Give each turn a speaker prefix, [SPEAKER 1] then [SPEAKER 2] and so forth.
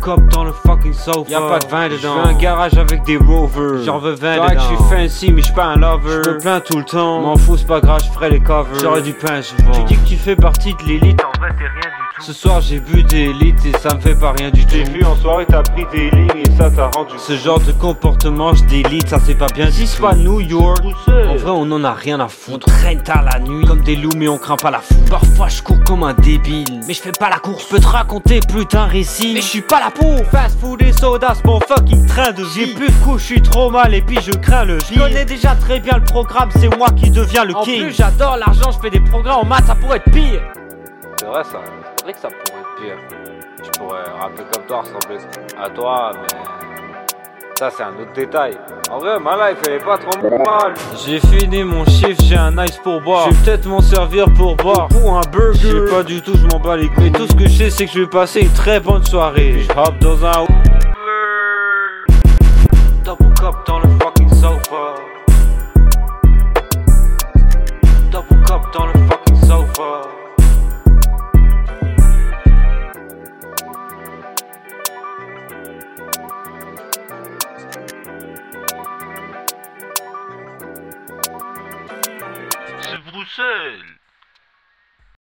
[SPEAKER 1] cop dans le fucking sofa.
[SPEAKER 2] Y'a pas de vin dedans.
[SPEAKER 1] J'veux un garage avec des rovers.
[SPEAKER 2] J'en veux 20
[SPEAKER 1] Faudrait que
[SPEAKER 2] dedans.
[SPEAKER 1] je suis fancy, mais j'suis pas un lover.
[SPEAKER 2] J'me plains
[SPEAKER 1] tout le temps.
[SPEAKER 2] M'en fous, c'est pas grave, je ferai les covers.
[SPEAKER 1] J'aurais du pain souvent.
[SPEAKER 2] Tu dis que tu fais partie de l'élite, en vrai t'es rien du tout.
[SPEAKER 1] Ce soir j'ai bu des litres et ça me fait pas rien du tout.
[SPEAKER 2] en soirée, t'as pris des lignes et ça t'a rendu.
[SPEAKER 1] Ce genre de comportement, je délite, ça c'est pas bien. Dis pas New York. En vrai, on en a rien à foutre. On traîne tard la nuit, comme des loups, mais on craint pas la foule. Parfois, je cours comme un débile, mais je fais pas la course. Je peux te raconter plus d'un récit, mais je suis pas là pour. Fast food et soda, c'est mon fucking train de vie. J'ai plus de coups, je suis trop mal et puis je crains le vide. Je connais déjà très bien le programme, c'est moi qui deviens le
[SPEAKER 2] En
[SPEAKER 1] king.
[SPEAKER 2] plus,
[SPEAKER 1] j'adore l'argent, je fais des programmes en maths, ça pourrait être pire.
[SPEAKER 2] C'est vrai, ça. C'est vrai que ça pourrait être pire. Je pourrais rapper comme toi, ressembler à toi, mais. Ça, c'est un autre détail. En vrai, ma life, elle est pas trop mal.
[SPEAKER 1] J'ai fini mon chiffre, j'ai un ice pour boire. Je vais peut-être m'en servir pour boire. Pour un burger. Je sais pas du tout, je m'en bats les couilles. Mais tout ce que je sais, c'est que je vais passer une très bonne soirée. Puis Je hop dans un. Double cup dans le fucking sofa. Double cup dans le fucking sofa.
[SPEAKER 2] C'est Bruxelles.